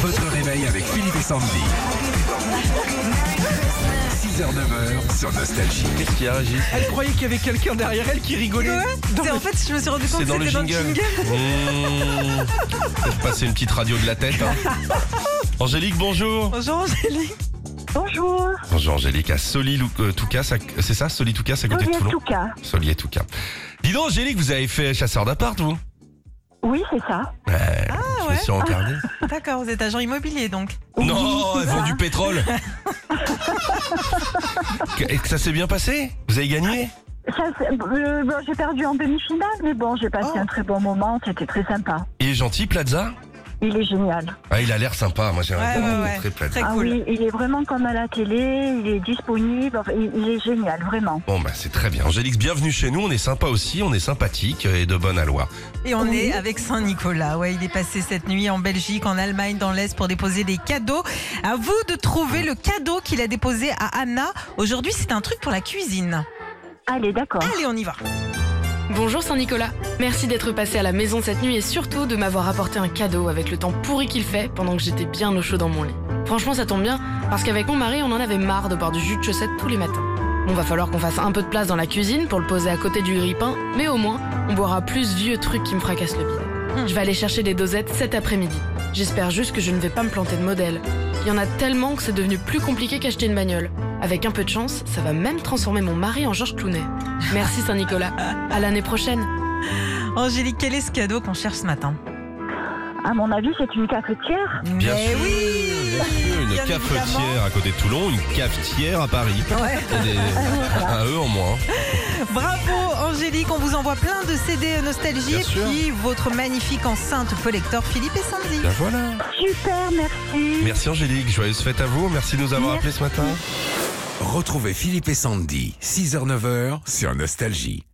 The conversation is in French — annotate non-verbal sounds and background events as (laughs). Votre réveil avec Philippe et Sandy. 6h-9h sur Nostalgie. Qu'est-ce qu'il y a, Régis Elle croyait qu'il y avait quelqu'un derrière elle qui rigolait. Dans C'est- le- En fait, je me suis rendu compte C'est que dans le c'était dans jingle. le jingle. Mmh. Peut-être passer une petite radio de la tête. (laughs) hein. Angélique, bonjour. Bonjour Angélique. Bonjour, Bonjour Angélique, à Soli euh, Touka, ça- c'est ça Soli Touka, c'est à côté de Olivier Toulon Touka. Soli et Touka. Dis donc Angélique, vous avez fait chasseur d'appart, vous Oui, c'est ça. Ouais, Ah Je me ouais. suis rencardé. D'accord, vous êtes agent immobilier donc. Non, elles Oui, c'est font ça. du (laughs) pétrole. Que- Et que ça s'est bien passé Vous avez gagné Ça, c'est- euh, bon, j'ai perdu en demi-finale, mais bon, j'ai passé Oh. un très bon moment, c'était très sympa. Il est gentil, Plaza Il est génial. Ah, il a l'air sympa, moi j'aimerais Ouais, bien ouais, rencontrer Plaza. Très ah cool. oui, il est vraiment comme à la télé, il est disponible, enfin, il, il est génial, vraiment. Bon, bah c'est très bien. Angélique, bienvenue chez nous, on est sympa aussi, on est sympathique et de bonne aloi. Et on Oui. est avec Saint-Nicolas. Ouais, il est passé cette nuit en Belgique, en Allemagne, dans l'Est pour déposer des cadeaux. À vous de trouver le cadeau qu'il a déposé à Anna. Aujourd'hui, c'est un truc pour la cuisine. Allez, d'accord. Allez, on y va. Bonjour Saint-Nicolas. Merci d'être passé à la maison cette nuit et surtout de m'avoir apporté un cadeau avec le temps pourri qu'il fait pendant que j'étais bien au chaud dans mon lit. Franchement, ça tombe bien parce qu'avec mon mari, on en avait marre de boire du jus de chaussette tous les matins. Bon, va falloir qu'on fasse un peu de place dans la cuisine pour le poser à côté du grille-pain, mais au moins, on boira plus vieux trucs qui me fracassent le bide. Je vais aller chercher des dosettes cet après-midi. J'espère juste que je ne vais pas me planter de modèle. Il y en a tellement que c'est devenu plus compliqué qu'acheter une bagnole. Avec un peu de chance, ça va même transformer mon mari en Georges Clounet. Merci Saint-Nicolas. À l'année prochaine. Angélique, quel est ce cadeau qu'on cherche ce matin À mon avis, c'est une cafetière. Bien Mais sûr, oui bien sûr, une Bien cafetière à côté de Toulon, une cafetière à Paris. Ouais. Il y a des- (laughs) Un E en moins. Bravo Angélique, on vous envoie plein de CD Nostalgie Bien et sûr. puis votre magnifique enceinte collector Philippe et Sandy. Ben voilà. Super, merci. Merci Angélique, joyeuse fête à vous, merci de nous avoir appelés ce matin. Retrouvez Philippe et Sandy, 6h-9h sur Nostalgie.